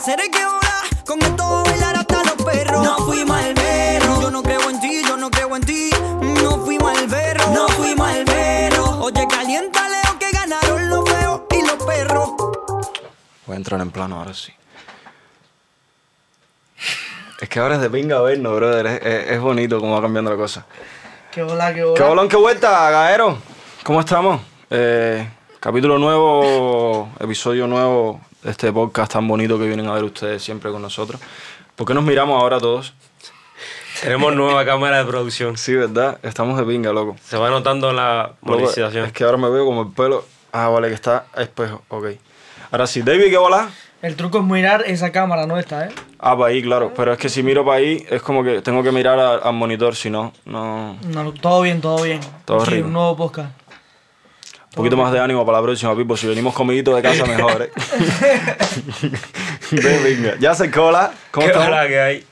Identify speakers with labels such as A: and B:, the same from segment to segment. A: Seré que ahora con esto bailar hasta los perros. No fui mal perro. Yo no creo en ti, yo no creo en ti. No fui mal perro. No fui mal perro. Oye, caliéntale o que ganaron los feos y los perros.
B: Voy a entrar en plano ahora sí. Es que ahora es de pinga vernos, brother. Es, es- es bonito cómo va cambiando la cosa.
C: Qué hola, qué hola.
B: ¡Qué bolón, qué vuelta, gaero! ¿Cómo estamos? Eh, capítulo nuevo, episodio nuevo de este podcast tan bonito que vienen a ver ustedes siempre con nosotros. ¿Por qué nos miramos ahora todos?
D: Tenemos nueva cámara de producción.
B: Sí, ¿verdad? Estamos de pinga, loco.
D: Se va notando la
B: Loco,
D: monetización.
B: Es que ahora me veo como el pelo. Ah, vale, que está a espejo. Ok. Ahora sí, David, ¿qué bola?
C: El truco es mirar esa cámara, no esta, ¿eh?
B: Ah, para ahí, claro. Pero es que si miro para ahí, es como que tengo que mirar a- al monitor, si no, no.
C: No, todo bien, todo bien.
B: Todo rico.
C: Un nuevo podcast.
B: Un poquito más de ánimo para la próxima, Pipo. Si venimos comiditos de casa, mejor, ¿eh? De pinga. Ya se cola. ¿Cómo
D: ¿Qué
B: estamos?
D: hola que hay?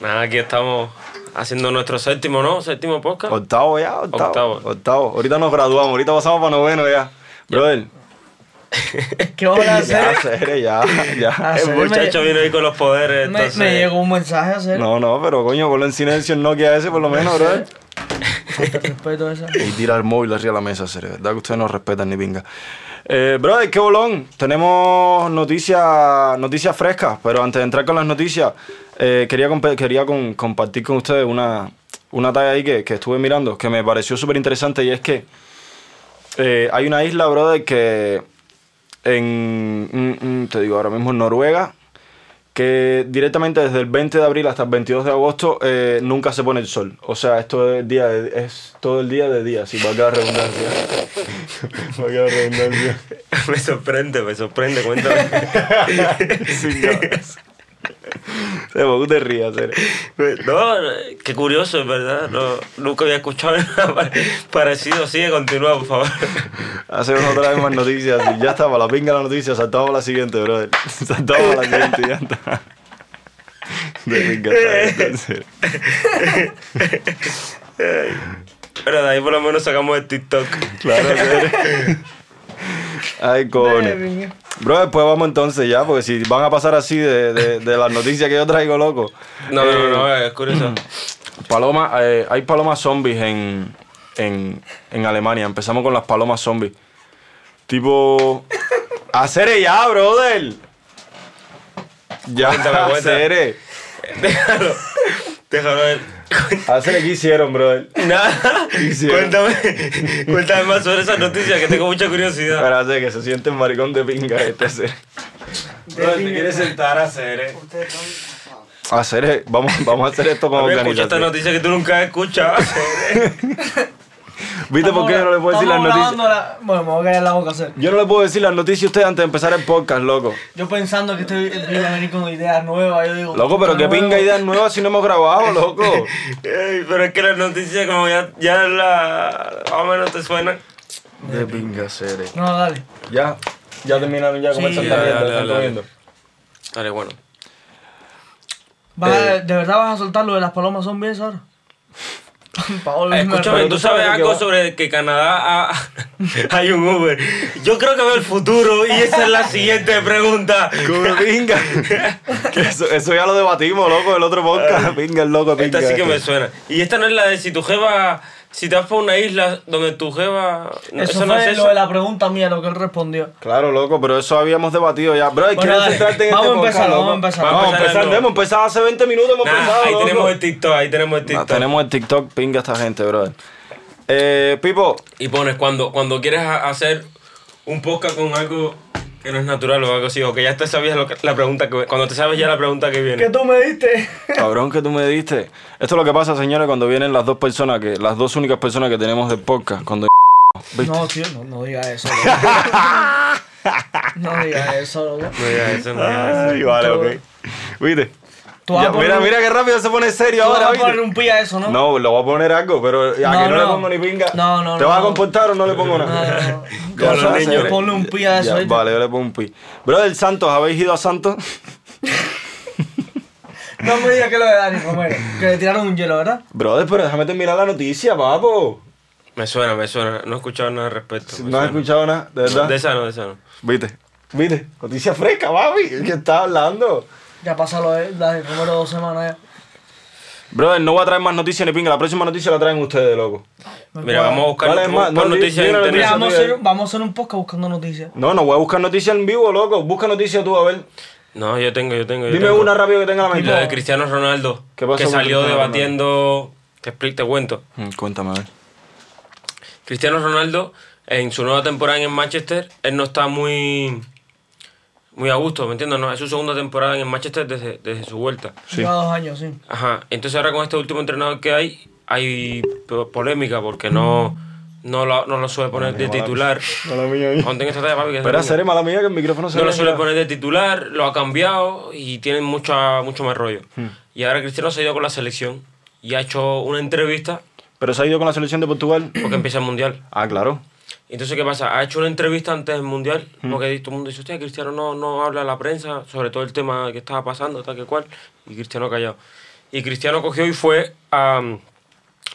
D: Nada, aquí estamos haciendo nuestro séptimo, ¿no? Séptimo podcast.
B: Octavo ya, octavo.
D: Octavo.
B: Octavo. Ahorita nos graduamos, ahorita pasamos para noveno ya. Brother,
C: ¿Qué hola,
B: ya,
C: hacer?
B: serio, ya, ya.
C: Ah, sí,
D: El muchacho
C: me-
D: vino ahí con los poderes.
C: Me,
D: entonces-
C: me llegó un mensaje a hacer.
B: No, no, pero coño, ponlo en silencio el Nokia ese por lo menos, brother.
C: Respeto esa.
B: Y tira el móvil arriba de la mesa, serio. ¿Verdad que ustedes no respetan ni pinga? Eh, brother, qué bolón. Tenemos noticias noticias frescas, pero antes de entrar con las noticias, eh, quería, compa- quería con- compartir con ustedes una, una talla ahí que, que estuve mirando, que me pareció súper interesante y es que eh, hay una isla, brother, que en, mm, mm, te digo ahora mismo, en Noruega, que directamente desde el 20 de abril hasta el 22 de agosto eh, nunca se pone el sol. O sea, esto es, día de- es todo el día de día, si va a quedar redundancia. va a quedar redundancia.
D: me sorprende, me sorprende. Cuéntame.
B: Sí, no. Se me te rías, serio.
D: no, no, qué curioso, es verdad. No, nunca había escuchado nada pa- parecido. Sigue, continúa, por favor.
B: Hacemos otra vez más noticias. y ya está, para la pinga la noticia, saltamos a la siguiente, brother. Saltamos a la siguiente y ya está. De pinga, está bien, en serio.
D: Pero de ahí por lo menos sacamos el TikTok.
B: Claro, serio. Ay, cojones.
C: Venga.
B: Bro, después vamos entonces ya, porque si van a pasar así de, de- de las noticias que yo traigo, loco.
D: No, no, no,
B: Eh,
D: no, es curioso.
B: Paloma, eh, hay palomas zombies en, en, en Alemania. Empezamos con las palomas zombies. Tipo. ¡Acere ya, brother! Ya,
D: Cuéntame, cuéntame.
B: acere.
D: Déjalo. Déjalo ver.
B: Acere, ¿qué hicieron, brother?
D: Nada.
B: Hicieron.
D: Cuéntame, cuéntame más sobre esas noticias que tengo mucha curiosidad.
B: Espérate, que se siente el maricón de pinga este acere.
D: Bro, te quieres sentar a hacer, eh.
B: Acere, eh, vamos, vamos a hacer esto con
D: Papi, Escucha esta
B: organización.
D: noticia que tú nunca has escuchado.
B: ¿Viste por qué yo no le puedo decir las
C: Estamos
B: noticias?
C: grabando la- Bueno, me voy a callar la boca a hacer.
B: Yo no le puedo decir las noticias a ustedes antes de empezar el podcast, loco.
C: Yo pensando que estoy voy a venir con ideas nuevas, yo digo.
B: Loco, pero
C: "Puta,
B: qué
C: nuevo".
B: pinga ideas nuevas si no hemos grabado, loco.
D: Ey, pero es que las noticias como ya, ya la... Más o menos te suenan.
B: De pinga, eh. seré.
C: No, dale.
B: Ya, ya terminaron ya con
C: Sí,
B: esta
D: ya,
B: mierda,
D: dale,
B: están
D: dale,
B: comiendo.
D: Dale, bueno.
C: Vas a-
B: Eh.
C: ¿De verdad vas a soltar lo de las palomas zombies ahora? Paolo,
D: Eh,
C: me-
D: Escúchame,
B: Pero
D: ¿tú
B: tú sabes
D: sabes
B: que
D: algo
B: va-
D: sobre que Canadá ha- hay un Uber? Yo creo que veo el futuro y esa es la siguiente pregunta.
B: Como pinga. Que eso, eso ya lo debatimos, loco, el otro podcast. Pinga, el loco, pinga.
D: Esta sí que me
B: este.
D: suena. Y esta no es la de si tu jeva... Si te vas por una isla donde tu jeva... no,
C: eso,
D: no
C: fue
D: es
C: lo
D: eso.
C: de la pregunta mía, lo que él respondió.
B: Claro, loco, pero eso habíamos debatido ya. Bro,
C: Bueno,
B: ¿quieres
C: dale.
B: centrarte en
C: Vamos a
B: este podcast,
C: empezar,
B: loco?
C: vamos a empezar.
B: Vamos a empezar,
D: Vamos a
B: hemos empezado hace 20 minutos, hemos
D: Nah,
B: empezado,
D: ahí
B: loco.
D: tenemos el TikTok, ahí tenemos el
B: Nah,
D: TikTok.
B: tenemos el TikTok, pinga esta gente, brother. Eh, Pipo,
D: Y pones cuando, cuando quieres ha- hacer un podcast con algo que no es natural o algo así, o que ya te sabías lo que- la pregunta que cuando te sabes ya la pregunta que
C: Que
D: viene.
C: tú me diste.
B: Cabrón que tú me diste. Esto es lo que pasa, señores, cuando vienen las dos personas, que las dos únicas personas que tenemos de podcast. Cuando ¿Viste?
C: No, tío, no, no digas eso. loco. no digas eso, loco.
D: No digas eso, no digas eso.
B: vale,
C: ok.
B: ¿Viste?
C: Tú vas
B: Ya,
C: a poner
B: mira,
C: un-
B: mira qué rápido se pone serio
C: Tú vas
B: ahora,
C: a
B: ¿viste?
C: poner un pi a eso, ¿no?
B: No, le voy a poner algo, pero a
C: No,
B: que no, le
C: no.
B: pongo ni pinga.
C: No, no,
B: ¿Te
C: no,
B: vas a
C: no.
B: comportar o no le pongo
C: No,
B: nada?
C: Ah, no, no.
B: Ya
D: Con los
B: sabes,
D: niños.
B: señores.
C: Ponle un pi a eso,
B: Ya,
C: ¿viste?
B: Vale, yo le pongo un pi. Bro del Santos, ¿habéis ido a Santos?
C: No me digas que lo de Dani Romero. Que le tiraron un hielo, ¿verdad?
B: Brother, pero déjame terminar la noticia, papo.
D: Me suena, me suena. No he escuchado nada al respecto. me
B: No has
D: suena.
B: escuchado nada, de verdad.
D: De esa no, de esa no.
B: ¿Viste? ¿Viste? Noticia fresca, papi. ¿Qué estás hablando?
C: Ya pasa lo de, la de número dos semanas. ya.
B: Brother, no voy a traer más noticias ni pinga. La próxima noticia la traen ustedes, loco.
D: Mira, vamos a buscar
B: Vale,
D: por
B: ma- no, di-
D: noticias
B: di
D: en
B: una
D: internet.
B: noticia.
C: Mira, vamos a, hacer, vamos a hacer un podcast buscando noticias.
B: No, no voy a buscar noticias en vivo, loco. Busca noticias tú, a ver.
D: No, yo tengo, yo tengo. yo
B: Dime
D: tengo.
B: una rápido que tenga la
D: La de
B: mente.
D: Cristiano Ronaldo.
B: ¿Qué pasó
D: que
B: con
D: salió
B: Cristiano Ronaldo?
D: debatiendo. Te explico, te cuento.
B: Mm, Cuéntame, a ver.
D: Cristiano Ronaldo, en su nueva temporada en Manchester, él no está muy. Muy a gusto, ¿me entiendes? No, es su segunda temporada en el Manchester desde, desde su vuelta.
C: Lleva dos años, sí.
D: Ajá, entonces ahora con este último entrenador que hay, hay po- polémica porque no, no, lo, no lo suele poner de titular.
B: Mala mía. ahí.
D: Ponte en esta talla, papi, que
B: Espera,
D: se
B: seré mala mía que el micrófono se
D: no lo
B: me
D: suele
B: gira.
D: poner de titular, lo ha cambiado y tienen mucha, mucho más rollo. Y ahora Cristiano se ha ido con la selección y ha hecho una entrevista
B: Pero se ha ido con la selección de Portugal.
D: porque empieza el Mundial.
B: Ah, claro.
D: Entonces, ¿qué pasa? Ha hecho una entrevista antes del Mundial, porque todo el mundo dice, hostia, Cristiano no, no habla a la prensa sobre todo el tema que estaba pasando, tal que cual, y Cristiano callado. Y Cristiano cogió y fue a,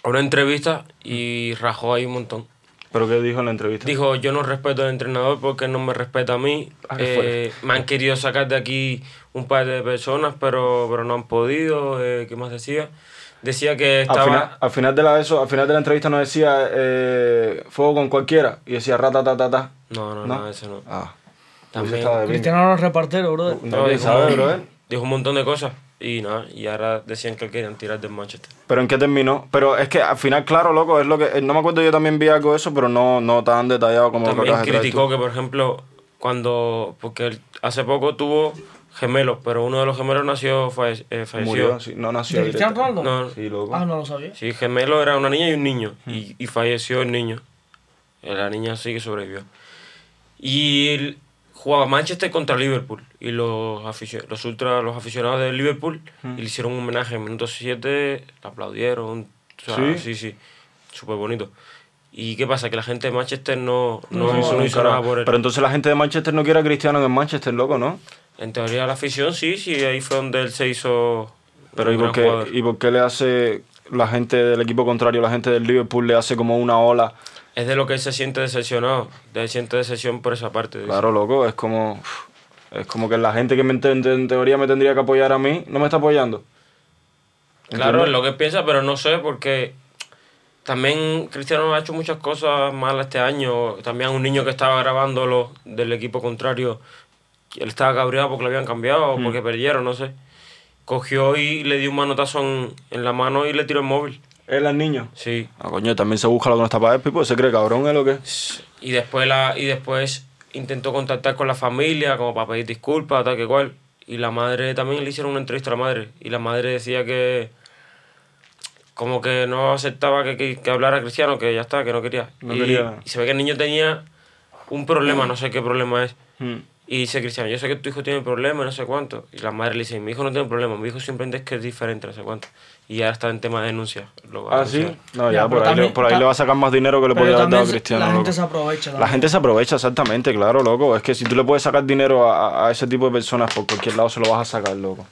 D: a una entrevista y rajó ahí un montón.
B: ¿Pero qué dijo en la entrevista?
D: Dijo, yo no respeto al entrenador porque no me respeta a mí.
B: Ah, qué fuerte.
D: Eh, me han querido sacar de aquí un par de personas, pero, pero no han podido. Eh, ¿Qué más decía? Decía que
B: al,
D: estaba...
B: final, al final de la, eso, al final de la entrevista nos decía eh, fuego con cualquiera y decía rata, ta, ta, ta.
D: No, no, no, eso no.
B: Ah.
D: También.
B: Ese estaba de pinga.
C: Cristiano no es repartero, brother.
B: No,
D: dijo,
B: sabe,
D: un-
B: brother.
D: dijo un montón de cosas. Y nada, y ahora decían que querían tirar del Manchester.
B: Pero en qué terminó. Pero es que al final, claro, loco, es lo que. eh, No me acuerdo, yo también vi algo de eso, pero no, no tan detallado como lo que
D: También
B: acabas de traer tú.
D: criticó que, por ejemplo, cuando... Porque él hace poco tuvo gemelos, pero uno de los gemelos nació, falle- eh, falleció.
B: Murió, sí, no nació.
C: ¿De Cristiano
B: directo.
C: Ronaldo?
D: No,
B: Sí, loco.
C: Ah, no lo sabía.
D: Sí, gemelo era una niña y un niño. Y, y falleció el niño. Eh, La niña sí que sobrevivió. Y él jugaba Manchester contra Liverpool. Y los, aficio- los ultra, los aficionados de Liverpool y le hicieron un homenaje. En minuto 7 le aplaudieron. o sea,
B: ¿Sí?
D: sí, sí. Súper bonito. ¿Y qué pasa? Que la gente de Manchester no, no,
B: No hizo
D: no
B: un
D: hizo
B: carajo.
D: nada por él.
B: Pero entonces la gente de Manchester no quiere a Cristiano en el Manchester, loco, ¿no?
D: En teoría la afición sí, sí. Ahí fue donde él se hizo...
B: Pero
D: un
B: ¿y por,
D: gran
B: qué,
D: jugador.
B: ¿y por qué le hace la gente del equipo contrario, la gente del Liverpool, le hace como una ola?
D: Es de lo que él se siente decepcionado. Se siente decepción por esa parte. dice.
B: Claro, loco, es como. Es como que la gente que me ent- en, teoría me tendría que apoyar a mí, no me está apoyando.
D: Claro, es lo que piensa, pero no sé, porque también Cristiano ha hecho muchas cosas malas este año. También un niño que estaba grabándolo del equipo contrario, él estaba cabreado porque lo habían cambiado, porque perdieron, no sé. Cogió y le dio un manotazo en, en la mano y le tiró el móvil.
B: Él al niño.
D: Sí.
B: Ah, coño, también se busca lo que no está para él, Pipo. ¿Se cree cabrón es lo que?
D: pues, Y después, la, y después intentó contactar con la familia como para pedir disculpas, tal que cual. Y la madre también le hicieron una entrevista a la madre. Y la madre decía que como que no aceptaba que, que- que hablara cristiano, que ya está, que no quería.
B: No
D: y,
B: quería.
D: y se ve que el niño tenía un problema, no sé qué problema es.
B: Mm.
D: Y dice Cristiano, yo sé que tu hijo tiene problemas, no sé cuánto. Y la madre le dice, mi hijo no tiene problema, mi hijo simplemente es que es diferente, no sé cuánto. Y ahora está en tema de denuncia. Lo va a
B: Ah, sí.
D: denunciar.
B: No, ya,
C: Ya,
B: por,
C: pero
B: ahí, le,
C: también-
B: por ahí
C: ta-
B: le va a sacar más dinero que le
C: Pero
B: podía haber
C: también
B: dado a
C: se-
B: Cristiano.
C: la gente
B: loco.
C: se aprovecha.
B: La gente se aprovecha, exactamente, claro, loco. Es que si tú le puedes sacar dinero a, a- a ese tipo de personas por cualquier lado, se lo vas a sacar, loco.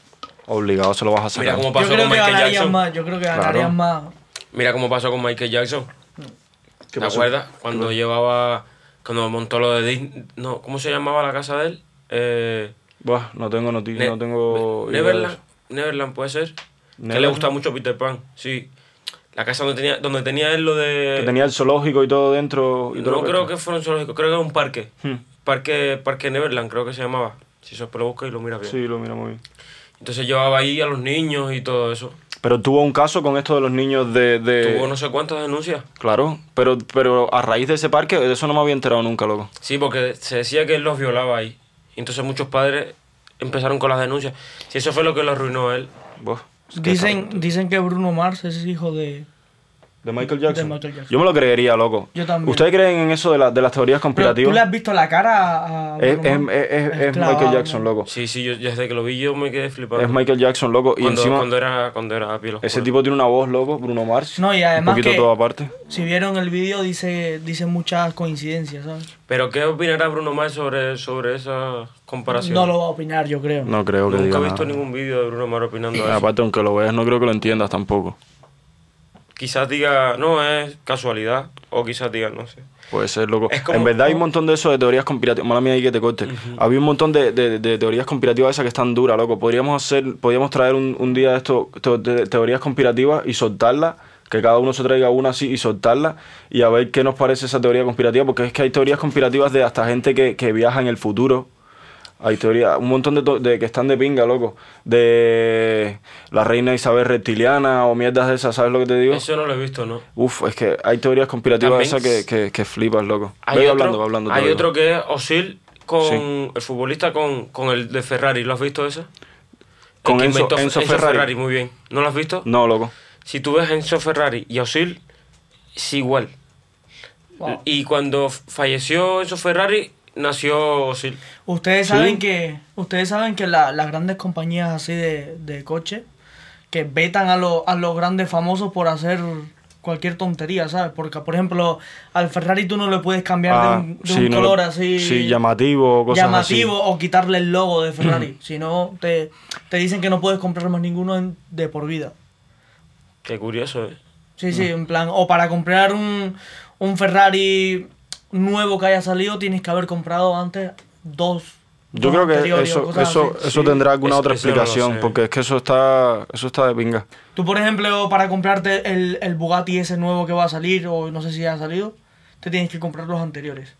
B: Obligado se lo vas a sacar.
D: Mira cómo
C: Yo
D: pasó
C: creo
D: con
C: que
D: Michael
C: ganarían
D: Jackson.
C: más, yo creo que ganarían
B: Claro.
C: más.
D: Mira cómo pasó con Michael Jackson.
B: ¿Qué
D: ¿Te
B: pasó?
D: acuerdas? Cuando llevaba. Cuando montó lo de Disney. No, ¿cómo se llamaba la casa de él? Eh,
B: Buah, no tengo noticias,
D: Ne-
B: no tengo. idea de
D: Neverland.
B: eso.
D: Neverland puede ser. Que le
B: Neverland.
D: gusta mucho Peter Pan, sí. La casa donde tenía, donde tenía él lo de.
B: Que tenía el zoológico y todo dentro. Y todo
D: eh, no
B: lo
D: creo
B: esto.
D: que fuera un zoológico, creo que era un parque.
B: Hmm.
D: Parque, parque Neverland, creo que se llamaba. Si eso lo busca y lo mira bien.
B: Sí, lo mira muy bien.
D: Entonces llevaba ahí a los niños y todo eso.
B: Pero tuvo un caso con esto de los niños de. de-
D: Tuvo no sé cuántas denuncias.
B: Claro, pero, pero a raíz de ese parque, de eso no me había enterado nunca, loco.
D: Sí, porque se decía que él los violaba ahí. Y Entonces muchos padres empezaron con las denuncias. Si eso fue lo que lo arruinó a él.
B: Buah, es que
C: Dicen, dicen que Bruno Mars es hijo de.
B: De Michael Jackson.
C: De Michael Jackson.
B: Yo me lo creería, loco.
C: Yo también.
B: ¿Ustedes creen en eso de, la- de las teorías
C: Pero, ¿Tú
B: conspirativas?
C: le has visto la cara a
B: Es,
C: Bruno
B: es,
C: Mars?
B: es- es- es
C: clavado,
B: Michael Jackson,
C: ¿no?
B: loco.
D: Sí, sí, yo desde que lo vi yo me quedé flipando.
B: Es Michael Jackson, loco. Y
D: cuando,
B: encima,
D: cuando era cuando era piel oscura.
B: ese tipo tiene una voz, loco, Bruno Mars.
C: No, y además
B: Un poquito
C: que-
B: todo aparte.
C: Si vieron el vídeo, dice, dice muchas coincidencias, ¿sabes?
D: Pero ¿qué opinará Bruno Mars sobre, sobre esa comparación?
C: No lo va a opinar, yo creo.
B: No creo que
D: Nunca
B: diga Ah,
D: he visto
B: nada.
D: ningún vídeo de Bruno Mars opinando de eso.
B: Aparte, aunque lo veas, no creo que lo entiendas tampoco.
D: quizás diga, no, es casualidad, o quizás diga, no sé.
B: Puede ser, loco.
D: Es como-
B: en verdad hay un montón de eso de teorías conspirativas. Mala mía, ahí que te corte. Había un montón de, de- de teorías conspirativas esas que están duras, loco. Podríamos hacer, podríamos traer un, un día de esto, to- de- teorías conspirativas y soltarlas. Que cada uno se traiga una así y soltarla y a ver qué nos parece esa teoría conspirativa, porque es que hay teorías conspirativas de hasta gente que, que viaja en el futuro. Hay teorías, un montón de, to- de que están de pinga, loco. De la reina Isabel reptiliana o mierdas de esas, ¿sabes lo que te digo?
D: Eso no lo he visto, ¿no?
B: Uf, es que hay teorías conspirativas
D: También
B: esas que, que, que flipas, loco.
D: Hay
B: Ve
D: otro,
B: hablando, va hablando. te
D: hay
B: oigo.
D: otro que es Osil con
B: Sí.
D: el futbolista con, con el de Ferrari. ¿Lo has visto ese? El
B: Con
D: que
B: Enzo-
D: inventó
B: Enzo Ferrari.
D: Muy bien. ¿No lo has visto?
B: No, loco.
D: Si tú ves a Enzo Ferrari y a Osil, es igual.
C: Wow.
D: Y cuando f- falleció Enzo Ferrari, nació Osil.
C: Ustedes
B: Sí.
C: saben que, ustedes saben que la- las grandes compañías así de, de coche que vetan a, lo- a los grandes famosos por hacer cualquier tontería, ¿sabes? Porque, por ejemplo, al Ferrari tú no le puedes cambiar
B: Ah,
C: de un, de
B: sí,
C: un
B: no lo-
C: color así.
B: sí, llamativo, cosas
C: llamativo
B: así. Mm.
C: o quitarle el logo de Ferrari. si no, te, te dicen que no puedes comprar más ninguno en- de por vida.
D: Qué curioso, ¿eh?
C: Sí,
B: Mm.
C: sí, en plan, o para comprar un, un Ferrari nuevo que haya salido, tienes que haber comprado antes dos.
B: Yo
C: dos
B: creo que
C: anteriores o
B: eso,
C: cosas
B: eso,
C: así.
B: eso
D: Sí.
B: tendrá alguna
D: Es-
B: otra
D: eso no lo
B: explicación,
D: sé.
B: porque es que eso está, eso está de pinga.
C: Tú, por ejemplo, para comprarte el, el Bugatti ese nuevo que va a salir, o no sé si ya ha salido, te tienes que comprar los anteriores.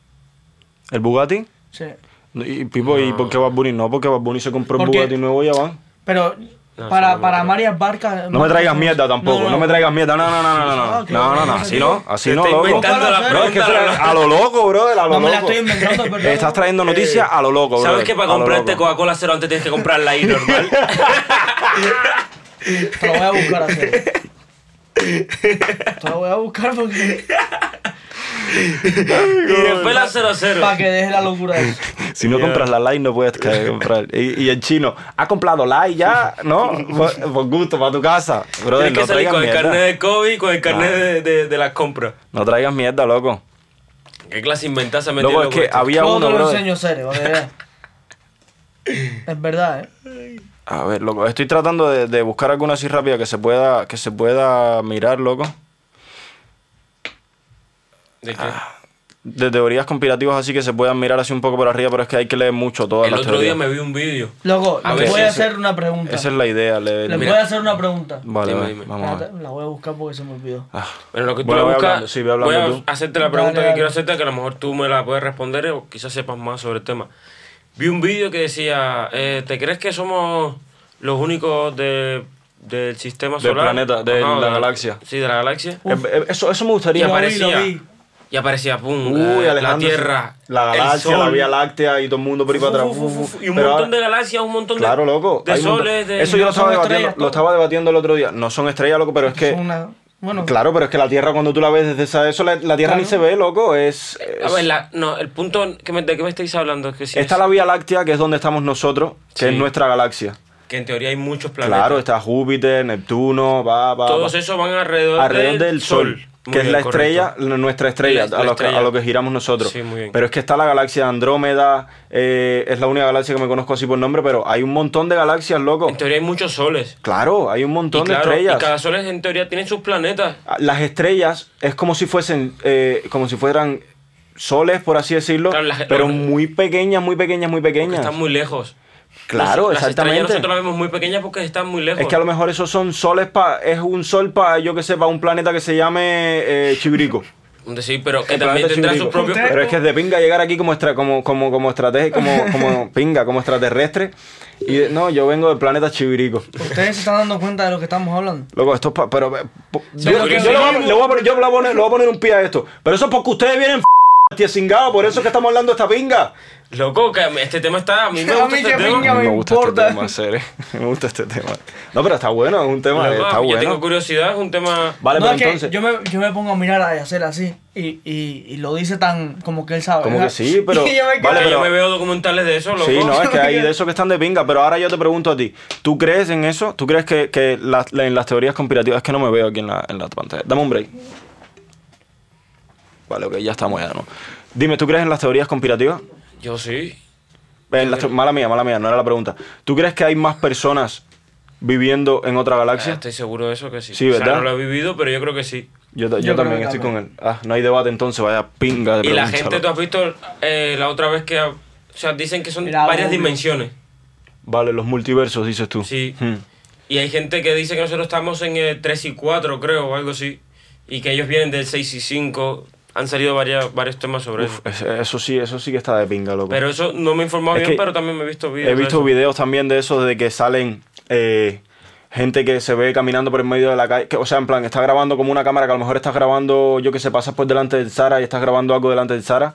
B: ¿El Bugatti?
C: Sí.
B: Y, Pipo, ¿y por qué Bad Bunny? No, porque Bad Bunny se compró el
C: Porque-
B: Bugatti nuevo y ya van.
C: Pero
D: No,
C: para,
D: eso no
C: para
D: creo.
C: varias barcas.
B: No me traigas mierda tampoco, no, me traigas mierda. No, no, no, no,
C: Ah,
B: no. No,
C: ok,
B: no, no, no,
C: ok.
B: así no, así
D: Te
B: no,
D: está
B: loco.
D: inventando
C: la
B: Bro, es que
D: pregunta,
B: fuera- a lo loco, bro, a lo
C: No
B: loco.
C: me la estoy inventando, perdón.
B: Estás trayendo noticias a lo loco, bro.
D: ¿Sabes que para
B: a lo
D: comprarte
B: loco.
D: Coca-Cola cero antes tienes que comprarla ahí normal?
C: Te lo voy a buscar así. Te lo voy a buscar porque.
D: y después la cero cero.
C: Para que deje la locura de eso.
B: Si no compras la light, no puedes caer a comprar. Y, y el chino, ¿ha comprado light ya? ¿No? Por, por gusto, para tu casa. Brother,
D: Tienes
B: no
D: que salir
B: traigas
D: con el
B: mierda.
D: carnet de COVID, con el carnet de, de- de las compras.
B: No traigas mierda, loco.
D: ¿Qué clase inventada se metió?
B: Loco, es que había
C: Luego te
B: uno,
C: lo
B: brother.
C: enseño serio, para que veas. Es verdad, ¿eh?
B: A ver, loco, estoy tratando de, de buscar alguna así rápida que se pueda, que se pueda mirar, loco.
D: ¿De qué?
B: De teorías conspirativas así que se puedan mirar así un poco por arriba, pero es que hay que leer mucho todas
D: El
B: las
D: otro día
B: teorías.
D: me vi un vídeo.
C: Loco,
D: A
C: les
D: ver,
C: voy
D: sí,
C: a
D: sí.
C: hacer una pregunta.
B: Esa es la idea, leer.
C: Les voy a hacer una pregunta.
B: Vale,
D: Dime,
B: vale,
D: dime.
B: vamos a ver.
C: Espérate, La voy a buscar porque se me olvidó.
B: Ah.
D: Bueno, lo que tú
B: Bueno,
D: la
B: voy
D: buscas,
B: hablando, sí, voy hablando tú.
D: a hacerte la
C: Dale,
D: pregunta que
C: dale.
D: quiero hacerte, que a lo mejor tú me la puedes responder o quizás sepas más sobre el tema. Vi un vídeo que decía, eh, ¿te crees que somos los únicos de- del sistema
B: Del
D: solar?
B: planeta, de
D: Ajá,
B: la
D: de-
B: galaxia.
D: Sí, de la galaxia.
B: Eh, eh, Eso, eso me
D: Y
B: gustaría.
C: lo
D: aparecía,
C: vi.
D: y aparecía, pum,
B: Uy,
D: eh, la
B: Alejandro,
D: Tierra,
B: La
D: el
B: galaxia, la
D: Sol.
B: Vía Láctea y todo el mundo por ahí para atrás.
D: Fu, fu, fu, fu, Y un
B: Pero
D: montón
B: ahora-
D: de galaxias, un montón de,
B: Claro, loco.
D: de
B: hay un montón-
D: soles. De...
B: Eso yo lo
C: No son
B: estaba, debatiendo,
C: estrellas,
B: lo
C: todo.
B: estaba debatiendo el otro día. No son estrellas, loco, pero es que.
C: Son una- Bueno,
B: Claro, pero es que la Tierra, cuando tú la ves desde esa. Eso, la, la Tierra ni se ve, loco. Es.
D: A
B: es-
D: ver, la- no, el punto que me- de qué me estáis hablando es que si
B: está
D: es-
B: la Vía Láctea, que es donde estamos nosotros, que
D: Sí.
B: es nuestra galaxia.
D: que en teoría hay muchos planetas.
B: Claro, está Júpiter, Neptuno, va, va.
D: Todos
B: va.
D: esos van alrededor,
B: alrededor del Sol, que
D: Muy
B: es
D: bien,
B: la
D: correcto.
B: estrella, la- nuestra estrella,
D: La- la
B: a, lo que,
D: estrella.
B: a lo que giramos nosotros.
D: Sí, muy bien.
B: Pero es que está la galaxia de Andrómeda, eh, es la única galaxia que me conozco así por nombre, pero hay un montón de galaxias, loco.
D: En teoría hay muchos soles.
B: Claro, hay un
D: Y,
B: montón de
D: claro,
B: estrellas. Ah,
D: y cada sol es- en teoría tiene sus planetas.
B: Las estrellas es como si fuesen, eh, como si fueran soles, por así decirlo,
D: Claro, las-
B: pero
D: las-
B: muy pequeñas, muy pequeñas, muy
D: que
B: pequeñas.
D: Están muy lejos.
B: Claro,
D: Las- las
B: exactamente.
D: estrellas nosotros las vemos muy pequeñas porque están muy lejos.
B: Es que a lo mejor esos son soles para, es un sol para, yo que sé, para un planeta que se llame eh, Chibirico.
D: Sí, pero que
B: El planeta
D: también tendrá sus
B: Chibirico.
D: propios...
B: Pero es que es de pinga llegar aquí como extra, como, como, como estrategia, como, como pinga, como extraterrestre. Y de- no, yo vengo del planeta Chibirico.
C: ustedes se están dando cuenta de lo que estamos hablando.
B: Loco, esto es pa- pero eh, po- yo,
D: porque
B: yo le voy a,
D: seguimos.
B: le voy a poner, yo le voy a poner- le voy a poner un pie a esto. Pero eso es porque ustedes vienen f- tiesingado, por eso es que estamos hablando de esta pinga.
D: Loco, que este tema está... A mí me
C: A
D: gusta
C: mí
D: este
C: que
D: tema.
C: venga, No me importa.
B: serio. Me gusta este tema. No, pero está bueno, es un tema,
D: Loco,
B: está
D: yo
B: bueno.
D: tengo curiosidad, es un tema...
B: Vale,
C: no,
B: pero
C: es que
B: entonces.
C: yo, me, yo me pongo a mirar a Yacer así y, y, y lo dice tan como que él sabe.
B: Como
C: ¿verdad?
B: que sí, pero-
C: Y yo me
B: Vale,
C: quedo-
D: Porque
B: pero-
D: Yo me veo documentales de eso, loco.
B: Sí, no, es que hay
C: Loco.
B: de esos que están de pinga, pero ahora yo te pregunto a ti, ¿tú crees en eso? ¿Tú crees que, que las- la- en las teorías conspirativas es que no me veo aquí en la, en la pantalla? Dame un break. Vale, ok, ya estamos ya, ¿no? Dime, ¿tú crees en las teorías conspirativas?
D: Yo sí.
B: En las te- mala mía, mala mía, no era la pregunta. ¿Tú crees que hay más personas viviendo en otra galaxia?
D: Ah, Estoy seguro de eso que sí.
B: Sí,
D: O sea,
B: ¿verdad?
D: no lo he vivido, pero yo creo que sí.
B: Yo, ta- yo
C: Yo creo
B: también
C: que
B: estoy
C: también.
B: con él. Ah, no hay debate entonces, vaya pinga de
D: Y la
B: pregunta,
D: gente, tú
B: loco.
D: has visto eh, la otra vez que. O sea, dicen que son
C: Era
D: varias
C: obvio.
D: dimensiones.
B: Vale, los multiversos, dices tú.
D: Sí.
B: Hmm.
D: Y hay gente que dice que nosotros estamos en el 3 y 4, creo, o algo así. Y que ellos vienen del 6 y 5. Han salido varias, varios temas sobre
B: Uf,
D: eso.
B: es- eso sí, eso sí que está de pinga, loco.
D: Pero eso no me he informado
B: Es
D: bien,
B: que
D: pero también me he visto videos.
B: He
D: de
B: visto
D: eso.
B: videos también de eso, de que salen eh, gente que se ve caminando por el medio de la calle. que, o sea, en plan, está grabando como una cámara que a lo mejor estás grabando, yo que sé, pasas por delante del Zara y estás grabando algo delante del Zara,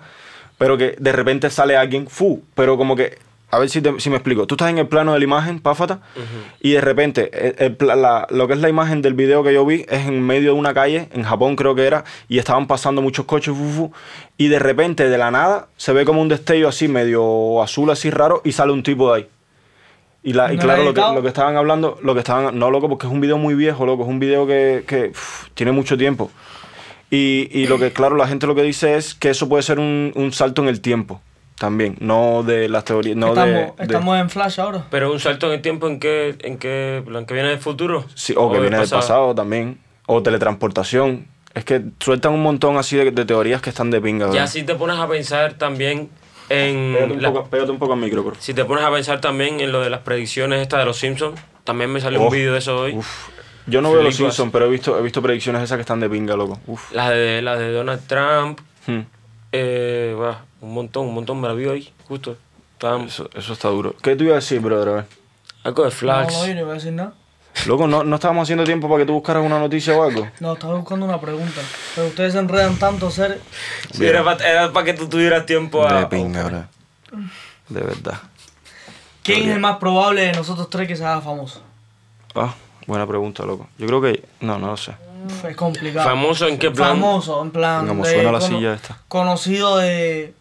B: pero que de repente sale alguien, fu, pero como que. A ver si, te- si me explico. Tú estás en el plano de la imagen, Páfata, y de repente eh, el pla- la- lo que es la imagen del video que yo vi es en medio de una calle, en Japón creo que era, y estaban pasando muchos coches, fu, fu, y de repente de la nada se ve como un destello así medio azul, así raro, y sale un tipo de ahí. Y, la- y
C: ¿No
B: claro,
C: lo
B: lo que,
C: editado?
B: lo que estaban hablando, lo que estaban, no loco, porque es un video muy viejo, loco, es un video que, que, uf, tiene mucho tiempo. Y, y lo que, claro, la gente lo que dice es que eso puede ser un, un salto en el tiempo también, no de las teorías, no de-
C: estamos
B: de,
C: estamos en Flash ahora.
D: Pero un salto en el tiempo en que, en que, plan, que viene del futuro.
B: Sí, o que
D: del
B: viene del pasado también, o teletransportación. Es que sueltan un montón así de, de teorías que están de pinga.
D: Ya
B: ¿verdad?
D: si te pones a pensar también
B: Pégate
D: en.
B: un,
D: la-
B: poco, pégate un poco al micro, por favor.
D: si te pones a pensar también en lo de las predicciones estas de los Simpsons, también me salió
B: Oh,
D: un vídeo de eso hoy.
B: uf. Yo no veo los
D: Flipas.
B: Simpsons, pero he visto, he visto predicciones esas que están de pinga, loco. Uf.
D: Las de, las de Donald Trump.
B: Hmm.
D: Eh, buah, un montón, un montón me la vi hoy, justo. Estaban-
B: Eso, eso está duro. ¿Qué te iba a decir, brother? A ver.
D: algo de
C: No,
D: Flax.
C: no, yo no voy a decir nada.
B: Loco, ¿no, no estábamos haciendo tiempo para que tú buscaras una noticia o algo?
C: No, estaba buscando una pregunta. Pero ustedes se enredan tanto, ser.
D: Sí, era para que tú tuvieras tiempo a.
B: De pinga, brother. De verdad.
C: ¿Quién es el más probable de nosotros tres que se haga famoso?
B: Ah, buena pregunta, loco. Yo creo que... No, no lo sé.
C: Uf, Es complicado.
D: ¿Famoso en qué plan?
C: Famoso, en plan.
B: Como
C: de
B: suena la
C: cono-
B: silla esta.
C: Conocido de.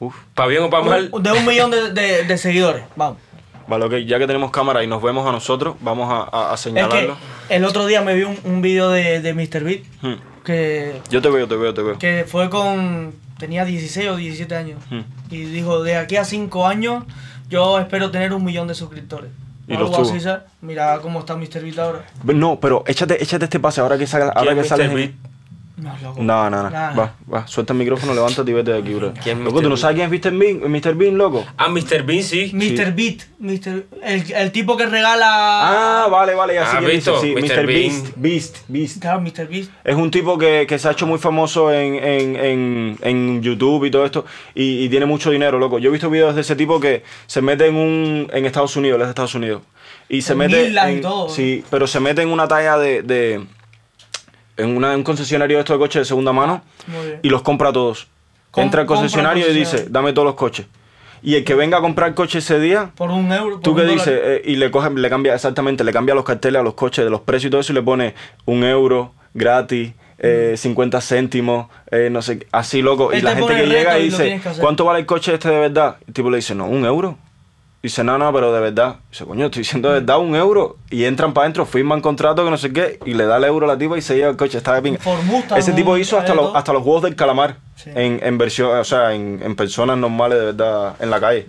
B: Uf.
D: ¿Para bien o para mal?
C: De un millón de, de- de seguidores. Vamos.
B: Vale, ok. Ya que tenemos cámara y nos vemos a nosotros, vamos a, a- a
C: Es que
B: señalarlo.
C: el otro día me vi un, un video de, de Mr. Beat
B: Hmm.
C: que,
B: Yo te veo, te veo, te veo.
C: que fue con. tenía 16 o 17 años.
B: Hmm.
C: Y dijo: de aquí a 5 años, yo espero tener un millón de suscriptores.
B: Y
C: Algo
B: los tuvo.
C: así, ¿sabes? Mira cómo está Mr. Beat ahora.
B: No, pero échate, échate este pase ahora que, sal- ahora
D: ¿Quién
B: que
D: es
B: sales.
D: Mr.
B: en-
D: Beat?
C: No, loco.
B: No, no, no.
C: Nada.
B: Va, va. Suelta el micrófono, levántate y vete de aquí, bro.
D: ¿Quién es
B: Loco,
D: Mr.
B: ¿tú no
D: Bean?
B: sabes quién es Mr. Bean, Mr. Bean loco?
D: Ah, Mr. Bean, sí.
C: Mr. Beat, Mr. El, el tipo que regala.
B: Ah, vale, vale, ya sé
D: Ah,
B: quién dice,
D: visto,
B: sí,
D: Mr.
B: Mr. Beast,
D: Bean.
B: Beast, Beast.
C: Claro, Mr. Beast.
B: Es un tipo que, que se ha hecho muy famoso en, en- en- en YouTube y todo esto, y, y tiene mucho dinero, loco. Yo he visto videos de ese tipo que se mete en un. en Estados Unidos, él es de Estados Unidos. Y se
C: En
B: mete.
C: islas y
B: en-
C: todo.
B: Sí, pero se mete en una talla de. de- en una- un concesionario de estos de coches de segunda mano.
C: Muy bien.
B: y los compra todos.
C: Com-
B: Entra al
C: compra el
B: concesionario y dice,
C: concesionario.
B: dame todos los coches. Y el que venga a comprar coche ese día,
C: Por un euro.
B: tú
C: por
B: que
C: un
B: dices,
C: dólar.
B: Eh, y le coge, le cambia, exactamente, le cambia los carteles a los coches de los precios y todo eso y le pone un euro gratis. eh, 50 céntimos, eh, no sé, qué, así loco.
C: Mm. Él
B: y la
C: te
B: gente
C: pone
B: que
C: el
B: llega
C: reto
B: y
C: y lo
B: dice,
C: tienes que hacer.
B: ¿cuánto vale el coche este de verdad? Y el tipo le dice, no, un euro. Dice, no, no, pero de verdad. Dice, coño, estoy diciendo
C: Mm.
B: de verdad un euro. Y entran para adentro, firman contrato que no sé qué, y le da el euro a la tipa y se lleva el coche. Está de pinga.
C: Por Mustang,
B: Ese tipo
C: un-
B: hizo hasta
C: algo.
B: los, hasta los juegos del calamar.
C: Sí.
B: En, en versión, o sea, en, en personas normales de verdad, en la calle.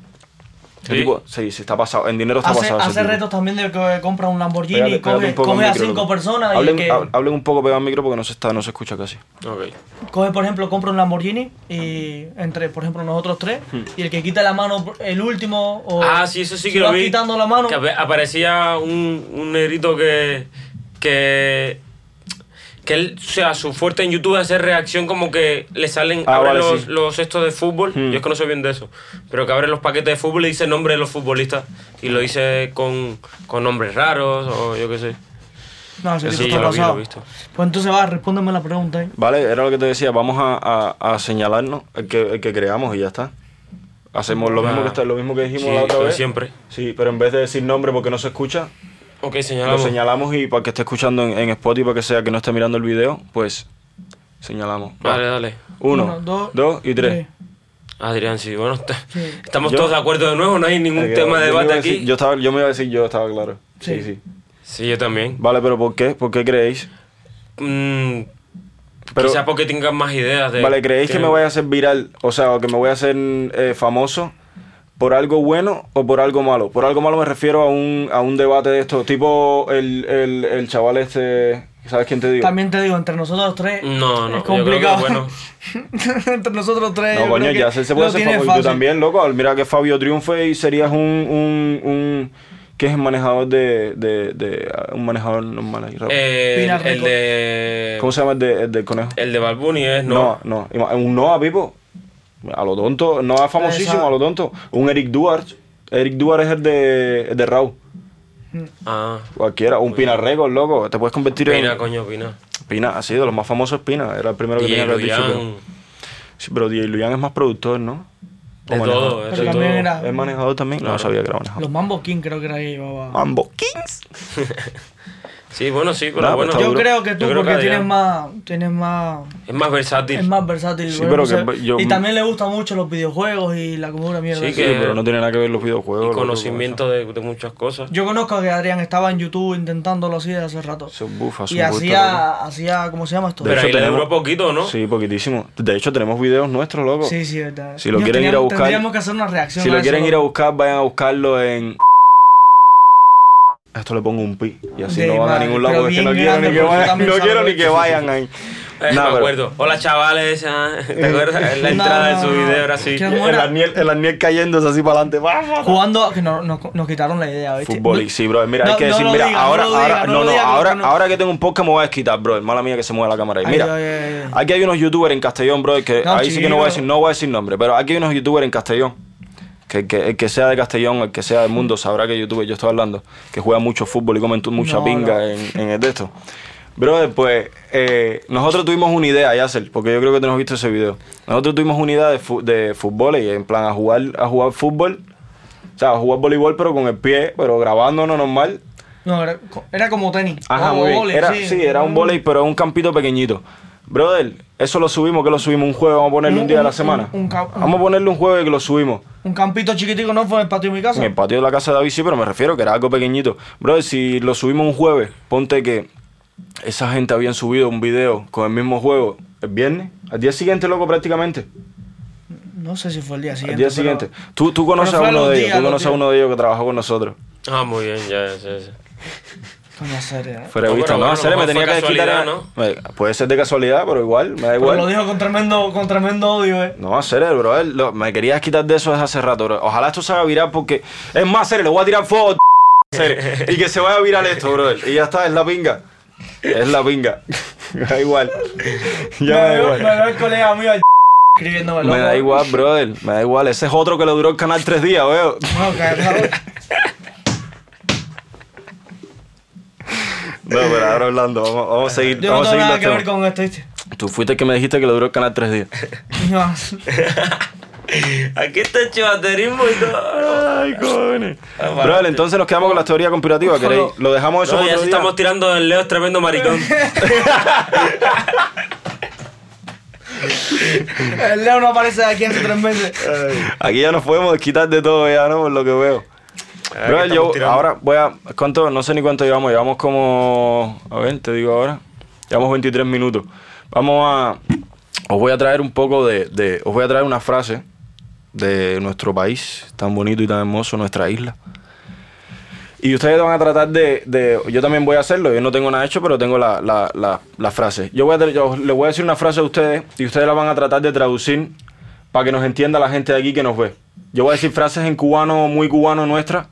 B: El
D: Sí.
B: tipo, sí, sí, está pasado. En dinero está
C: Hace,
B: pasado. ese
C: hace
B: tipo.
C: retos también de que compra un Lamborghini
B: Pégate-
C: y
B: pégate
C: coge,
B: un poco al
C: coge a
B: micro,
C: cinco
B: loco.
C: personas.
B: hablen,
C: y que
B: hab- hablen un poco pegado al micro porque no se, está, no se escucha casi.
D: Ok.
C: coge, por ejemplo, compra un Lamborghini y entre, por ejemplo, nosotros tres.
B: Hmm.
C: Y el que quita la mano, el último. O
D: Ah, sí, eso sí
C: si
D: que lo
C: vas
D: vi.
C: quitando la mano.
D: Que ap- aparecía un, un negrito que. que. que él, o sea, su fuerte en YouTube es hacer reacción como que le salen.
B: Ah,
D: abren
B: vale,
D: los,
B: sí.
D: los estos de fútbol.
B: Hmm.
D: Yo es que no soy bien de eso. Pero que abren los paquetes de fútbol y dice el nombre de los futbolistas. Y lo dice con, con nombres raros o yo qué sé.
C: No, ese
D: Sí,
C: tipo está
D: yo lo vi, lo
C: pasado.
D: he visto.
C: Pues entonces va, respóndeme la pregunta. ¿eh?
B: Vale, era lo que te decía. Vamos a, a- a señalarnos el que, el que creamos y ya está. Hacemos lo,
D: Ah.
B: mismo que, está- lo mismo que dijimos
D: Sí,
B: la otra
D: lo de
B: vez.
D: siempre.
B: Sí, pero en vez de decir nombre porque no se escucha,
D: Ok,
B: lo
D: señalamos.
B: señalamos y para que esté escuchando en, en Spotify, para que sea que no esté mirando el video, pues señalamos. Va.
D: Vale, dale.
B: Uno, dos, y tres.
D: Adrián, sí, bueno, está-
C: Sí.
D: estamos
B: Yo-
D: todos de acuerdo de nuevo, no hay ningún
B: Eh,
D: tema de
B: yo me iba a
D: debate
B: decir-
D: aquí.
B: Yo, estaba, yo me iba a decir yo, estaba claro. Sí, sí.
C: Sí.
D: Sí, yo también.
B: Vale, pero ¿por qué? ¿Por qué creéis?
D: Mm,
B: Pero-
D: quizás porque tengan más ideas de.
B: Vale, ¿creéis que me
D: tienen-
B: voy a hacer viral? O sea, o que me voy a hacer eh, famoso por algo bueno o por algo malo. Por algo malo me refiero a un, a un debate de esto, tipo el, el, el chaval este, ¿sabes quién te digo?
C: También te digo, entre nosotros tres.
D: No, no,
C: Es
D: yo creo que,
C: complicado.
D: bueno.
C: entre nosotros tres.
B: No,
C: yo
B: coño,
C: creo que
B: ya se, se puede
C: lo
B: hacer
C: tienes
B: famoso. Y tú
C: fácil.
B: también, loco. al- Mira que Fabio triunfe y serías un. un, un que es el manejador de. de, de- ah, un manejador normal ahí, rápido.
D: Eh,
C: Pina
D: el, el
C: Rico.
D: de.
B: ¿Cómo se llama el, de, el del conejo?
D: El de Balbuni es
B: no,
D: no.
B: no. Ima- Un Noah, Pipo. A lo tonto. Noah es famosísimo,
C: Esa-
B: a lo tonto. Un Eric Duarte. Eric Duarte es el de, el de Raúl.
D: Ah.
B: Cualquiera. Un Pina Record, loco. Te puedes convertir
D: Pina,
B: en.
D: coño, Pina.
B: Pina, ha sido de los más famosos es Pina. Era el primero que
D: DJ
B: tenía que haber dicho que-
D: Luyan,
B: Sí, pero DJ Luyan es más productor, ¿no? O
D: De
B: manejador.
D: todo, eh.
C: Pero
D: de todo.
C: también era-
B: ¿Es manejador también? No, sabía que era manejador.
C: Los Mambo King creo que era que llevaba.
B: Mambo Kings.
D: Sí, bueno, sí, pero
B: Nah,
D: bueno.
B: pero
C: Yo
B: duro.
C: creo que tú,
D: Yo creo
C: porque
D: que
C: tienes
D: Adrián.
C: más, tienes más.
D: Es más versátil.
C: Es más versátil.
B: Sí,
C: güey,
B: pero
C: no sé.
B: que yo-
C: y también le gustan mucho los videojuegos y la comuna mierda.
D: Sí,
B: Sí,
D: que-
B: pero no tiene nada que ver los videojuegos.
D: y
B: loco,
D: conocimiento de, de muchas cosas.
C: Yo conozco a que Adrián estaba en YouTube intentándolo así desde hace rato.
B: con eso. Eso es bufa, eso
C: y
B: es bufa, loco.
C: hacía, hacía, ¿cómo se llama esto?
B: De
D: pero
B: hecho,
D: ahí le
B: tenemos-
D: duró poquito, ¿no?
B: Sí, poquitísimo. De hecho, tenemos videos nuestros, loco.
C: Sí, sí, verdad.
B: Si lo
C: Dios,
B: quieren ir a
C: teníamos-
B: buscar-
C: Tendríamos que hacer una reacción.
B: Si
C: a
B: lo
C: eso,
B: quieren ir a
C: loco.
B: buscar, vayan a buscarlo en. Esto le pongo un pi. Y así
C: De
B: no van a
C: madre,
B: ningún lado.
C: pero
B: porque Es que no
C: bien
B: quiero ni
C: grande,
B: que
C: porque
B: vayan,
C: también
B: no
C: sabe
B: quiero ni
C: de
B: que
C: eso.
B: vayan ahí.
D: Eh,
B: Nah,
D: me
B: pero-
D: acuerdo. Hola chavales, ah, ¿te acuerdas? En la
C: No,
D: entrada
C: no,
D: de su
C: no.
D: video era así.
C: Qué
B: El
C: Bueno.
B: Arniel, el Arniel cayéndose así para adelante.
C: Jugando, que no- no- nos quitaron la idea, ¿viste?
B: Fútbol,
C: No-
B: sí, bro. Mira,
C: no-
B: hay que
C: no
B: decir,
C: lo
B: mira,
C: diga,
B: ahora,
C: no lo diga,
B: ahora,
C: no
B: no,
C: lo
B: no,
C: diga, porque
B: ahora,
C: no-
B: ahora que tengo un podcast me voy a desquitar, bro. Mala mía que se mueva la cámara ahí.
C: Ay,
B: Mira,
C: ay, ay, ay.
B: aquí hay unos youtubers en Castellón, bro, que
C: No,
B: ahí sí que no voy a
C: chico.
B: decir, no voy a decir nombre, pero aquí hay unos youtubers en Castellón. Que, que el que sea de Castellón, el que sea del mundo, sabrá que youtuber yo estoy hablando, que juega mucho fútbol y comen tu- mucha
C: No,
B: pinga
C: no.
B: en, en el de esto. Brother, pues eh, nosotros tuvimos una idea, Yacel, porque yo creo que tú no has visto ese video. Nosotros tuvimos una idea de, fu- de fútbol y en plan a jugar, a jugar fútbol o sea, jugar voleibol pero con el pie, pero grabándonos normal.
C: No, era, co- era como tenis.
B: Ajá,
C: O
B: muy bien.
C: vóley,
B: Era, sí. era un voleibol, pero un campito pequeñito. Brother, eso lo subimos, que lo subimos un jueves, vamos a ponerle
C: Un-
B: un día de la
C: un-
B: semana.
C: un- un ca-
B: vamos a ponerle un jueves que lo subimos.
C: Un campito chiquitico, ¿no? Fue en el patio de mi casa.
B: En el patio de la casa de David sí, pero me refiero que era algo pequeñito. Brother, si lo subimos un jueves, ponte que esa gente habían subido un video con el mismo juego el viernes, al día siguiente, loco, prácticamente.
C: No sé si fue el día siguiente.
B: al día
C: pero-
B: siguiente. tú, tú conoces a
C: pero fue a
B: uno
C: los
B: de
C: días,
B: ellos, tú
C: los
B: conoces a
C: días.
B: uno de ellos que trabajó con nosotros.
D: Ah, muy bien, ya, ya, ya.
C: Coño, serio, ¿eh?
B: Fuera de
D: No,
B: vista,
D: pero
B: no,
D: bueno,
B: en serio,
D: a lo
B: me tenía
D: mejor
B: que
D: fue
B: desquitar.
D: casualidad,
B: eh, Puede ser de casualidad, pero igual, me da
C: Pero lo
B: igual.
C: dijo con tremendo, con tremendo odio, ¿eh?
B: No, en serio, bro, eh, lo- me quería quitar de eso desde hace rato, bro. Ojalá esto se haga viral porque. Es más, serio, le voy a tirar fuego, en serio, Y que se vaya viral esto, bro. Y ya está, es la pinga. Es la pinga. Me da igual. Ya me da
C: veo-
B: igual.
C: me veo el colega mío al escribiéndome
B: Me da
C: loco.
B: igual, brother. Me da igual. Ese es otro que le duró el canal tres días, veo.
C: No, cabrón.
B: No, pero ahora hablando, vamos, vamos a seguir.
C: Yo no
B: Vamos a
C: tengo
B: seguir
C: nada
B: los
C: que ver
B: temas.
C: con esto, ¿viste?
B: Tú fuiste el que me dijiste que le duró el canal tres días.
C: No.
D: Aquí está el chivaterismo y todo.
B: Ay, cojones.
D: Ah,
B: Bro, entonces nos quedamos con las teorías conspirativas, ¿queréis? Lo dejamos eso
D: No, ya
B: Pues otro
D: se
B: día?
D: estamos tirando el Leo es tremendo maricón.
C: El Leo no aparece de aquí hace tres meses.
B: Aquí ya nos podemos quitar de todo ya, ¿no? Por lo que veo. Bro,
D: estamos
B: yo
D: tirando.
B: ahora voy a... ¿Cuánto? No sé ni cuánto llevamos. Llevamos como... A ver, te digo ahora. Llevamos 23 minutos. Vamos a... Os voy a traer un poco de... de- os voy a traer una frase de nuestro país, tan bonito y tan hermoso, nuestra isla. Y ustedes van a tratar de, de- Yo también voy a hacerlo. Yo no tengo nada hecho, pero tengo la, la, la- la frase. Yo, voy a, tra- yo les voy a decir una frase a ustedes y ustedes la van a tratar de traducir para que nos entienda la gente de aquí que nos ve. Yo voy a decir frases en cubano, muy cubano nuestra.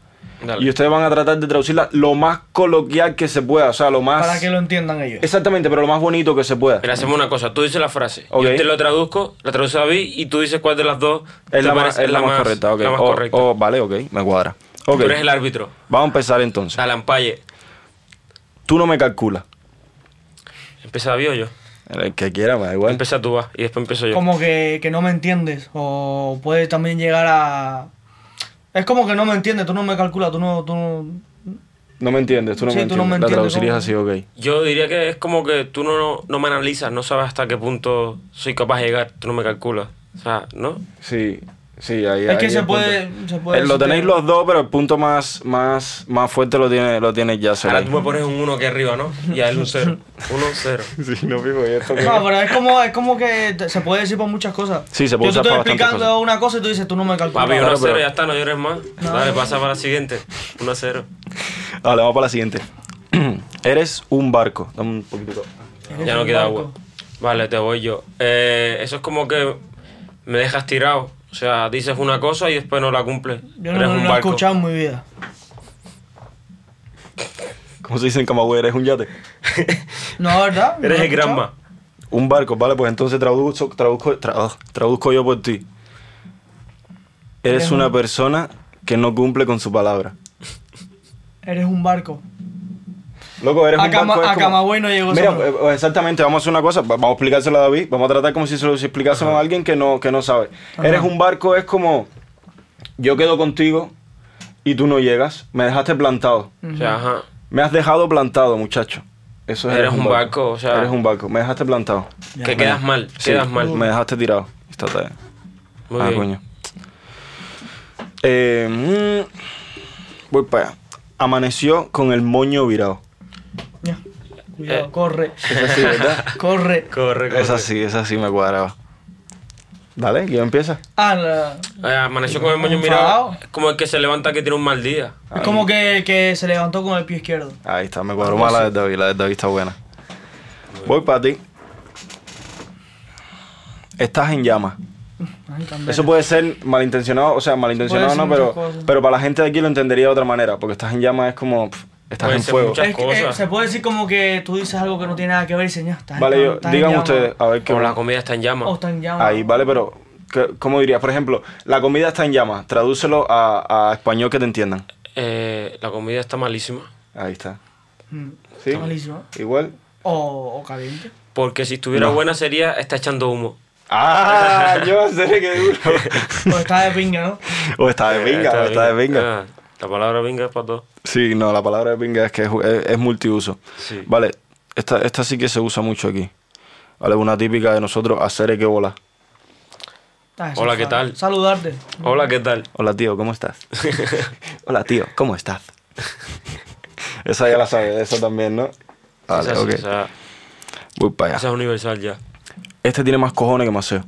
D: Dale.
B: Y ustedes van a tratar de traducirla lo más coloquial que se pueda. O sea, lo más...
C: Para que lo entiendan ellos.
B: Exactamente, pero lo más bonito que se pueda.
D: Mira, hacemos una cosa. Tú dices la frase.
B: Ok.
D: Yo te lo traduzco, la traduce David y tú dices cuál de las dos te
B: Es la, más,
D: parece-
B: es la más correcta, ok.
D: La más
B: Oh,
D: correcta.
B: oh, vale, ok, me cuadra. Ok,
D: Tú eres el árbitro.
B: vamos a empezar entonces.
D: Dale, ampalle.
B: Tú no me calculas.
D: Empieza David o yo.
B: El que quiera, me da igual.
D: Empieza tú, va. Y después empiezo yo.
C: Como que, que no me entiendes. O puede también llegar a. Es como que no me entiendes, tú no me calculas, tú no. Tú no...
B: No me entiendes, tú no,
C: Sí,
B: me,
C: tú no
B: entiendes.
C: me
B: La
C: entiendes,
B: traducirías
C: ¿cómo?
B: así, ok.
D: Yo diría que es como que tú no, no me analizas, no sabes hasta qué punto soy capaz de llegar, tú no me calculas. O sea, ¿no?
B: Sí. Sí, ahí
C: Es que
B: ahí
C: se
B: el
C: puede-
B: punto.
C: se puede
B: Eh, lo
C: decir
B: tenéis
C: que-
B: los dos, pero el punto más, más, más fuerte lo tiene, lo tiene ya
D: Ahora tú me pones un 1 aquí arriba, ¿no? Y a él un 0. 1-0.
B: Sí, no vivo y esto. que-
C: No, pero es como, es como que te- se puede decir por muchas cosas.
B: Eh. Sí, se puede
C: Yo te
B: usar para
C: estoy
B: bastantes
C: explicando
B: cosas.
C: una cosa y tú dices, tú no me calculas.
D: Papi,
B: Claro,
D: 1-0,
B: pero-
D: ya está, no llores más. Dale, pasa para la siguiente. 1-0.
B: Vale, vamos para la siguiente. Eres un barco. Dame un poquito.
D: Ya no queda agua. Vale, te voy yo. Eh, eso es como que me dejas tirado. O sea, dices una cosa y después no la cumples.
C: Yo
D: Eres
C: no
D: un
C: lo he
D: barco.
C: escuchado en mi vida.
B: ¿Cómo se dice en Camagüey? Eres un yate.
C: No, ¿verdad? No lo
D: Eres
C: he
D: el granma.
B: Un barco, vale, pues entonces traduzco, traduzco, tra- ah, traduzco yo por ti. Eres
C: Eres un-
B: una persona que no cumple con su palabra.
C: escuchado. Eres un barco.
B: Loco, eres
C: A
B: un
C: Cama-
B: barco, es
C: a
B: como-
C: Camagüey no llegó
B: Mira,
C: solo.
B: eh, eh, exactamente, vamos a hacer una cosa, va- vamos a explicárselo a David, vamos a tratar como si se lo si explicásemos a alguien que no, que no sabe.
C: Ajá.
B: Eres un barco, es como yo quedo contigo y tú no llegas, me dejaste plantado.
D: O sea, ajá.
B: Me has dejado plantado, muchacho. Eso es
D: Eres un barco, o sea-
B: Eres un barco, me dejaste plantado.
D: Que quedas mal,
B: Sí,
D: quedas mal.
B: Me dejaste tirado. Está tarde.
D: Muy
B: ah,
D: bien.
B: coño. Eh, mm, voy para allá. Amaneció con el moño virado.
C: Ya. Cuidado,
D: Eh.
C: corre.
B: Es así, ¿verdad?
C: Corre.
D: Corre, corre.
B: es así, es así me cuadraba. Dale, ¿quién empieza?
C: Ah, la-
D: Eh, amaneció con el moño
C: Enfadado.
D: mirado. Es como el que se levanta que tiene un mal día.
C: es como que, que se levantó con el pie izquierdo.
B: Ahí está, me cuadró más la de David, la de David está buena. Voy para ti. Estás en llamas.
C: Ay, candela.
B: Eso puede ser malintencionado, o sea, malintencionado
C: Puede ser
B: no, pero,
C: muchas cosas.
B: pero para la gente de aquí lo entendería de otra manera, porque estás en llamas es como pff, estás
D: Puede
B: en
D: ser
B: fuego.
D: muchas
C: Es que, eh,
D: cosas.
C: se puede decir como que tú dices algo que no tiene nada que ver y señas.
B: Vale, yo, digan ustedes, a ver qué
D: Como la comida está en llamas.
C: O Oh, está en llamas.
B: Ahí, vale, pero ¿qué- ¿cómo dirías? Por ejemplo, la comida está en llamas, tradúcelo a, a español que te entiendan.
D: Eh, la comida está malísima.
B: Ahí está.
C: Mm.
B: ¿Sí?
C: Está malísimo.
B: Igual.
C: O, o caliente.
D: Porque si estuviera
B: No.
D: buena sería está echando humo.
B: ¡Ah! Yo sé que duro.
C: O está de pinga, ¿no?
B: o está de
D: Eh,
B: pinga, o está de pinga.
D: Ah, la palabra pinga es para todo.
B: Sí, no, la palabra de pinga es que es, es- es multiuso.
D: Sí.
B: Vale, esta, esta sí que se usa mucho aquí. Vale, una típica de nosotros, hacer es que vola.
C: Ah, eso
D: Hola,
C: está-
D: ¿qué tal?
C: Saludarte.
D: Hola, ¿qué tal?
B: Hola tío, ¿cómo estás? Hola tío, ¿cómo estás? esa ya la sabes, esa también, ¿no? Vale,
D: Esa sí,
B: ok.
D: esa-
B: Voy para allá.
D: esa es universal ya.
B: Este tiene más cojones que Maceo.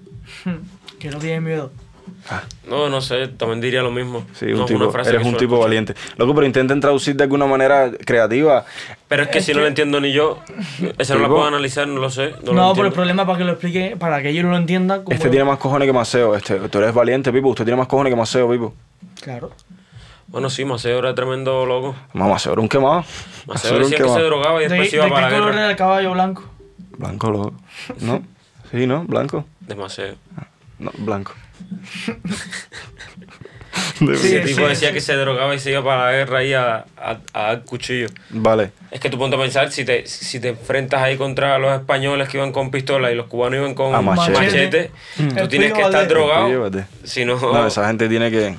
C: Que no tienes miedo.
D: No, no sé, también diría lo mismo.
B: Sí,
D: No,
B: un
D: es una
B: tipo,
D: frase
B: eres
D: que
B: un
D: suelo
B: tipo
D: escuchar.
B: valiente. Loco, pero intenten traducir de alguna manera creativa.
D: Pero es que si no lo entiendo ni yo, esa no la
B: Tipo-
D: puedo analizar, no lo
C: No,
D: sé. No, lo
C: pero el
D: entiendo.
C: problema para que lo explique, para que ellos lo entiendan. como-
B: Este tiene más cojones que Maceo. Este, tú eres valiente, Pipo. Usted tiene más cojones que Maceo, Pipo.
C: Claro.
D: Bueno, sí, Maceo era tremendo loco.
B: Mamá, Maceo era un quemado.
D: Maceo decía que se drogaba y
C: ¿De,
D: después
C: de
D: iba
C: qué
D: para la
C: color
D: guerra.
C: era el caballo blanco?
B: Blanco, loco. ¿No? Sí, ¿no? Blanco.
D: De Maceo.
B: No, blanco.
C: Sí,
D: Ese tipo
C: sí,
D: decía
C: sí.
D: que se drogaba y se iba para la guerra ahí a, a, a dar cuchillo.
B: Vale.
D: Es que tú ponte a pensar, si te, si te enfrentas ahí contra los españoles que iban con pistola y los cubanos iban con
B: A machete.
D: machete,
C: Mm.
D: tú tienes que
C: Espío,
D: estar
C: vale.
D: drogado.
B: Llévate.
D: Si no,
B: No, esa gente tiene que.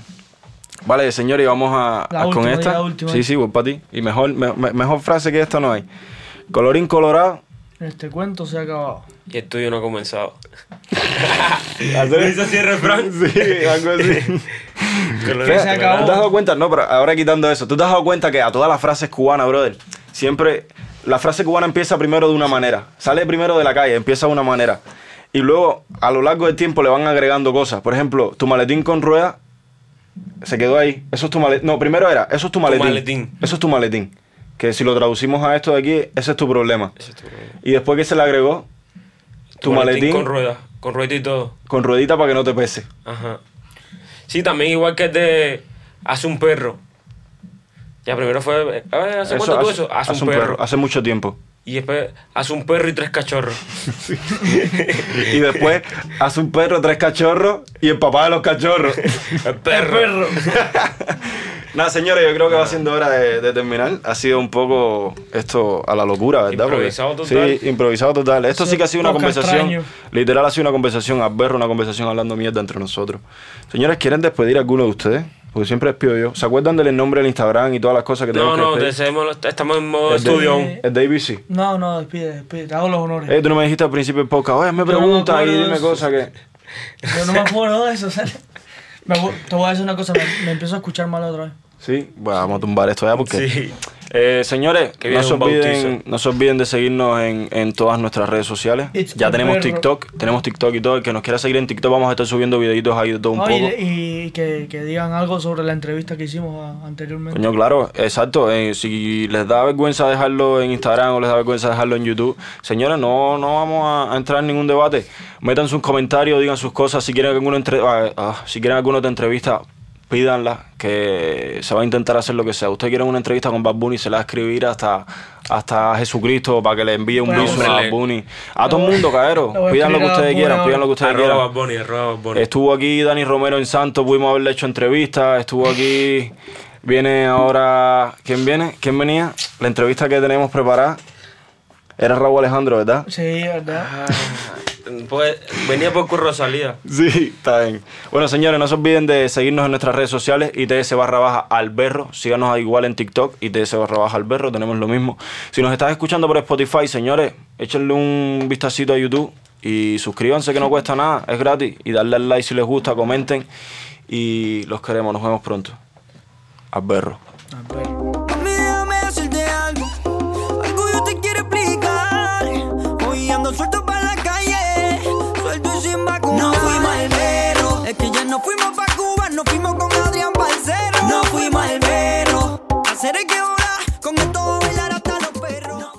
B: Vale, señores, vamos a,
C: La
B: a- con
C: última,
B: esta.
C: la última.
B: Sí, sí, voy para ti. Y mejor, me- me- mejor frase que esta no hay. Colorín colorado.
C: Este cuento se ha acabado.
D: y el tuyo no ha comenzado.
B: Hacer-
D: Eso sí es refrán.
B: Sí, algo así.
D: Color-
B: Fea,
C: se
B: ¿Tú
C: acabó.
B: te has dado cuenta? No, pero ahora quitando eso. ¿Tú te has dado cuenta que a todas las frases cubanas, brother, siempre la frase cubana empieza primero de una manera? Sale primero de la calle, empieza de una manera. Y luego, a lo largo del tiempo, le van agregando cosas. Por ejemplo, tu maletín con rueda se quedó ahí. Eso es tu maletín. No, primero era, eso es tu maletín.
D: maletín.
B: Eso es tu maletín. Que si lo traducimos a esto de aquí, ese es tu problema.
D: Ese es tu problema.
B: Y después que se le agregó, tu, maletín,
D: Con
B: con,
D: ruedas, con ruedas y todo.
B: ruedita para que no te pese.
D: Ajá. Sí, también igual que el de Hace un perro. Ya primero fue. eh, ¿Hace cuánto tú eso? Hace, un, perro.
B: Hace mucho tiempo.
D: Y después Hace un perro y tres cachorros.
B: Y después hace un perro, tres cachorros y el papá de los cachorros.
D: El perro.
B: Nada, señores, yo creo que va siendo hora de, de terminar. Ha sido un poco esto a la locura, ¿verdad? Porque-
D: Improvisado total.
B: Sí, improvisado total. Esto
C: Sí,
B: sí que ha sido una
C: poco
B: conversación.
C: extraño.
B: Literal, ha sido una conversación, a ver una conversación hablando mierda entre nosotros. Señores, ¿quieren despedir a alguno de ustedes? Porque siempre despido yo. ¿Se acuerdan del nombre del Instagram y todas las cosas que
D: No,
B: tenemos
D: no,
B: que
D: deseemos- estamos en modo
B: El de-
D: estudio.
C: Eh,
D: aún.
B: Es de ABC.
C: No, no, despide, despide. Te hago los honores.
B: Eh, tú no me dijiste al principio del podcast, oye, me
C: Yo no me
B: preguntas y
C: acuerdo de
B: dime
C: eso.
B: cosas que...
C: Yo no me acuerdo de eso, ¿sale? Me vo- te voy a decir una cosa, me, me empiezo a escuchar mal otra vez.
B: Sí, bueno, vamos a tumbar esto ya porque.
D: Sí.
B: Eh, señores,
D: Que
B: no
D: viene
B: se,
D: un
B: olviden,
D: bautizo.
B: no se olviden de seguirnos en, en todas nuestras redes sociales.
C: It's
B: ya
C: un
B: tenemos
C: perro.
B: TikTok, tenemos TikTok y todo. El que nos quiera seguir en TikTok, vamos a estar subiendo videitos ahí de todo un
C: No,
B: poco.
C: y y que, que digan algo sobre la entrevista que hicimos a- anteriormente.
B: Coño, claro, exacto. eh, si les da vergüenza dejarlo en Instagram o les da vergüenza dejarlo en YouTube, señores, no, no vamos a, a entrar en ningún debate. Metan sus comentarios, digan sus cosas. Si quieren alguna, entre- ah, ah, si quieren alguna otra entrevista, pídanla, que se va a intentar hacer lo que sea. Usted quiere una entrevista con Bad Bunny, se la va a escribir hasta, hasta Jesucristo para que le envíe un
C: Bueno,
B: beso a Bad
D: vale.
B: Bunny. A todo el mundo, cabrero.
C: le voy a
B: Pidan lo que
C: escribir a Bad
B: ustedes
C: Bunny
B: quieran,
C: ahora.
B: pidan lo que ustedes
D: Arroba
B: quieran.
D: Bad Bunny, arroba Bad Bunny.
B: Estuvo aquí Dani Romero en Santos, pudimos haberle hecho entrevistas, estuvo aquí. Viene ahora. ¿Quién viene? ¿Quién venía? La entrevista que tenemos preparada era Raúl Alejandro, ¿verdad?
C: Sí, ¿verdad?
B: Ah.
D: Pues, venía por curro salida.
B: Sí, está bien. Bueno, señores, no se olviden de seguirnos en nuestras redes sociales, ITS barra baja alberro. Síganos igual en TikTok, ITS barra baja alberro, tenemos lo mismo. Si nos estás escuchando por Spotify, señores, échenle un vistacito a YouTube y suscríbanse que no cuesta nada, es gratis. Y darle al like si les gusta, comenten y los queremos, nos vemos pronto. Alberro.
C: Ah, pues.
A: Mami, déjame decirte algo, algo yo te quiero explicar. Hoy ando suelto para la calle, suelto y sin vacunar. No fuimos al vero, es que ya no fuimos pa' Cuba, no fuimos con